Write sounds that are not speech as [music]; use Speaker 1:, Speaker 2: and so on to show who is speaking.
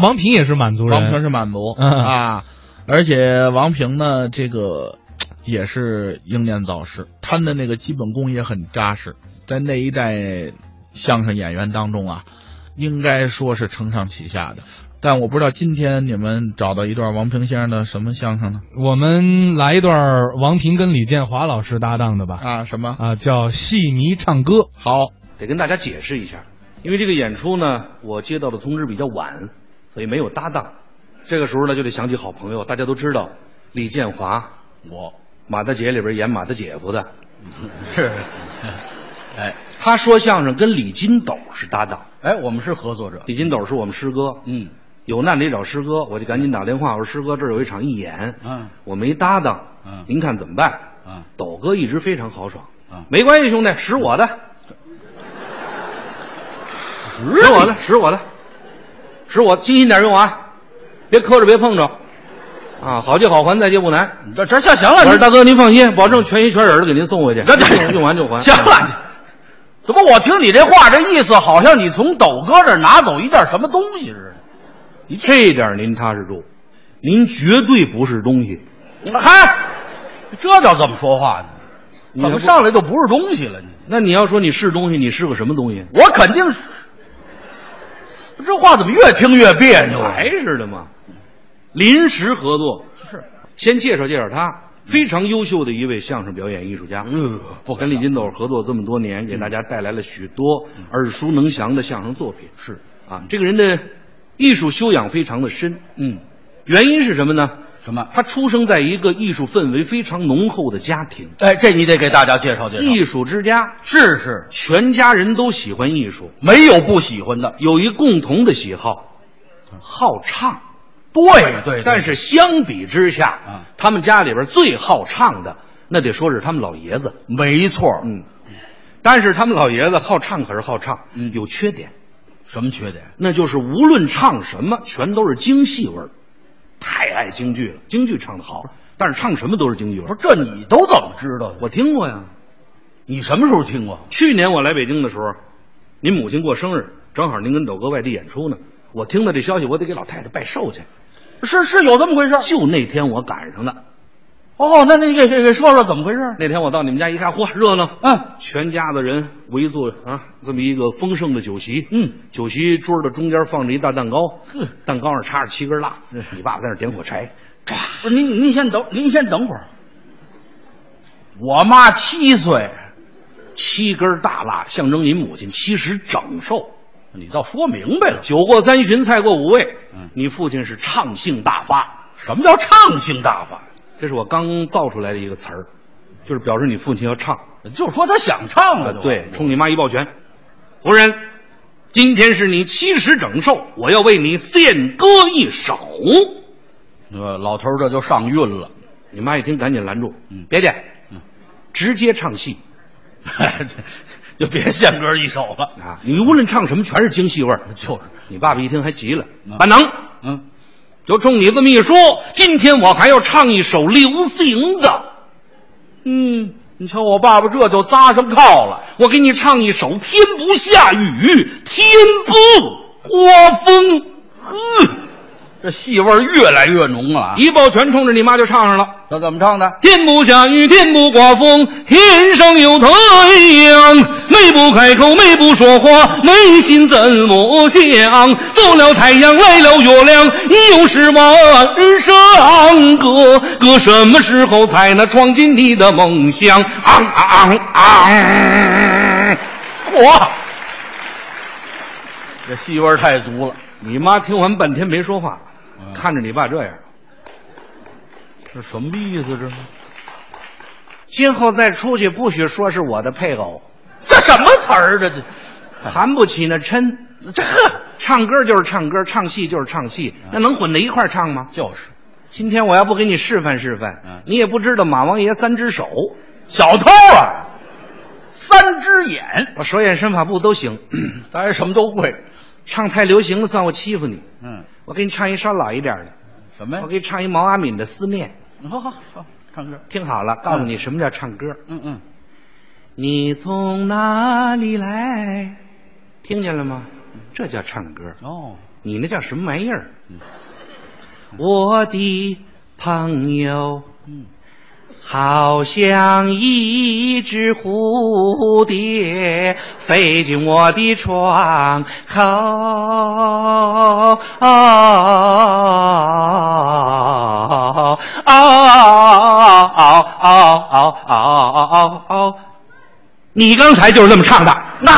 Speaker 1: 王平也是满族人，
Speaker 2: 王平是满族、
Speaker 1: 嗯
Speaker 2: 啊，而且王平呢，这个也是英年早逝，他的那个基本功也很扎实，在那一代相声演员当中啊，应该说是承上启下的。但我不知道今天你们找到一段王平先生的什么相声呢？
Speaker 1: 我们来一段王平跟李建华老师搭档的吧，
Speaker 2: 啊，什么？
Speaker 1: 啊，叫戏迷唱歌。
Speaker 2: 好，
Speaker 3: 得跟大家解释一下，因为这个演出呢，我接到的通知比较晚，所以没有搭档。这个时候呢，就得想起好朋友，大家都知道李建华，
Speaker 2: 我
Speaker 3: 马大姐里边演马大姐夫的，
Speaker 4: 是，哎
Speaker 3: 他说相声跟李金斗是搭档。
Speaker 4: 哎，我们是合作者，
Speaker 3: 李金斗是我们师哥，
Speaker 4: 嗯
Speaker 3: 有难得找师哥，我就赶紧打电话，我说师哥这儿有一场义演，
Speaker 2: 啊
Speaker 4: 嗯
Speaker 3: 我没搭档，
Speaker 4: 嗯
Speaker 3: 您看怎么办？
Speaker 4: 啊，
Speaker 3: 斗哥一直非常豪爽，
Speaker 4: 嗯
Speaker 3: 没关系，兄弟，使我的，使我的，使我的，使我精心点用啊，别磕着，别碰着，啊，好借好还，再借不难。
Speaker 4: 这这行行了，
Speaker 3: 我说
Speaker 4: 你
Speaker 3: 大哥，您放心，保证全心全人的给您送回去，
Speaker 4: 这这
Speaker 3: 用完就还。
Speaker 4: 行了， [laughs] 怎么我听你这话这意思，好像你从斗哥这儿拿走一件什么东西似
Speaker 3: 你这点您踏实住，您绝对不是东西。
Speaker 4: 的？嗨，这叫怎么说话呢？
Speaker 3: 你
Speaker 4: 怎么
Speaker 3: 不
Speaker 4: 上来就不是东西了？你
Speaker 3: 那你要说你是东西，你是个什么东西？
Speaker 4: 我肯定是，这话怎么越听越别扭？
Speaker 2: 啊
Speaker 3: 还是的嘛，临时合作
Speaker 4: 是，
Speaker 3: 先介绍介绍他，非常优秀的一位相声表演艺术家。
Speaker 4: 嗯，
Speaker 3: 不跟李金斗合作这么多年，给大家带来了许多耳熟能详的相声作品。
Speaker 4: 嗯是
Speaker 3: 啊，这个人的艺术修养非常的深。
Speaker 4: 嗯，
Speaker 3: 原因是什么呢？
Speaker 4: 什么？
Speaker 3: 他出生在一个艺术氛围非常浓厚的家庭，
Speaker 4: 哎，这你得给大家介绍介绍。
Speaker 3: 艺术之家，
Speaker 4: 是是，
Speaker 3: 全家人都喜欢艺术，
Speaker 4: 没有不喜欢的。
Speaker 3: 有一共同的喜好，好唱。
Speaker 4: 对对，
Speaker 3: 但是相比之下，
Speaker 4: 啊
Speaker 3: 他们家里边最好唱的，那得说是他们老爷子。
Speaker 4: 没错，
Speaker 3: 嗯，但是他们老爷子好唱可是好唱，
Speaker 4: 嗯
Speaker 3: 有缺点，
Speaker 4: 什么缺点？
Speaker 3: 那就是无论唱什么，全都是京戏味儿。太爱京剧了，京剧唱的好，但是唱什么都是京剧味
Speaker 4: 不是
Speaker 3: 儿。
Speaker 4: 这你都怎么知道的？
Speaker 3: 我听过呀，
Speaker 4: 你什么时候听过？
Speaker 3: 去年我来北京的时候，您母亲过生日，正好您跟斗哥外地演出呢。我听到这消息，我得给老太太拜寿去。
Speaker 4: 是是有这么回事儿
Speaker 3: 就那天我赶上的，
Speaker 4: 哦，那那给给给说说怎么回事儿？
Speaker 3: 那天我到你们家一看，嚯，热闹！
Speaker 4: 嗯，
Speaker 3: 全家的人围坐啊，这么一个丰盛的酒席。
Speaker 4: 嗯，
Speaker 3: 酒席桌的中间放着一大蛋糕
Speaker 4: 呵，
Speaker 3: 蛋糕上插着七根蜡。你爸爸在那儿点火柴，唰，
Speaker 4: 不是您您先等，您先等会儿。我妈七岁，
Speaker 3: 七根大蜡象征您母亲七十整寿。
Speaker 4: 你倒说明白了，
Speaker 3: 酒过三巡，菜过五味，
Speaker 4: 嗯
Speaker 3: 你父亲是畅兴大发。
Speaker 4: 什么叫唱性大发？
Speaker 3: 这是我刚造出来的一个词儿，就是表示你父亲要唱。
Speaker 4: 就是说他想唱了就完
Speaker 3: 对，冲你妈一抱拳，夫人，今天是你七十整寿，我要为你献歌一首。
Speaker 4: 呃，老头儿这就上韵了， [laughs]
Speaker 3: 你妈一听，赶紧拦住，
Speaker 4: 嗯
Speaker 3: 别介，
Speaker 4: 嗯
Speaker 3: 直接唱戏
Speaker 4: 就别献歌一首了。
Speaker 3: 啊！你无论唱什么，全是京戏味儿。
Speaker 4: 就是，
Speaker 3: 你爸爸一听还急了
Speaker 4: 嗯，
Speaker 3: 板能，
Speaker 4: 嗯，
Speaker 3: 就冲你这么一说，今天我还要唱一首流行的，嗯，
Speaker 4: 你瞧我爸爸这就扎上靠了。
Speaker 3: 我给你唱一首《天不下雨，天不刮风》。呵，
Speaker 4: 嗯这戏味儿越来越浓了啊！
Speaker 3: 一抱拳冲着你妈就唱上了。
Speaker 4: 他怎么唱的？
Speaker 3: 天不下雨，天不刮风，天上有太阳。妹不开口，妹不说话，内心怎么想？走了太阳，来了月亮，又是晚上歌，歌什么时候才能闯进你的梦乡？啊啊啊啊！
Speaker 4: 嚯，这戏味儿太足了。
Speaker 3: 你妈听完半天没说话，看着你爸这样，
Speaker 4: 这什么意思？这是
Speaker 3: 今后再出去不许说是我的配偶，
Speaker 4: [laughs] 这什么词儿？这这
Speaker 3: [laughs] 含不起那嗔。
Speaker 4: [laughs] 这呵，啊
Speaker 3: 唱歌就是唱歌，唱戏就是唱戏，那能混在一块儿唱吗？
Speaker 4: 就是
Speaker 3: 今天我要不给你示范示范，
Speaker 4: 嗯
Speaker 3: 你也不知道马王爷三只手，
Speaker 4: 小偷啊，三只眼，
Speaker 3: 我手眼身法步都行。
Speaker 4: 大家什 [clears throat] 么都会。
Speaker 3: 唱太流行的算我欺负你，
Speaker 4: 嗯，
Speaker 3: 我给你唱一稍老一点的，
Speaker 4: 什么
Speaker 3: 我给你唱一毛阿敏的《思念》。
Speaker 4: 好好好，唱歌。
Speaker 3: 听好了，告诉你什么叫唱歌。
Speaker 4: 嗯嗯，
Speaker 3: 你从哪里来？听见了吗？这叫唱歌。
Speaker 4: 嗯哦，嗯
Speaker 3: 你那叫什么玩意儿？我的朋友，好像一只蝴蝶飞进我的窗口。哦哦哦哦哦哦哦哦！你刚才就是这么唱的，那。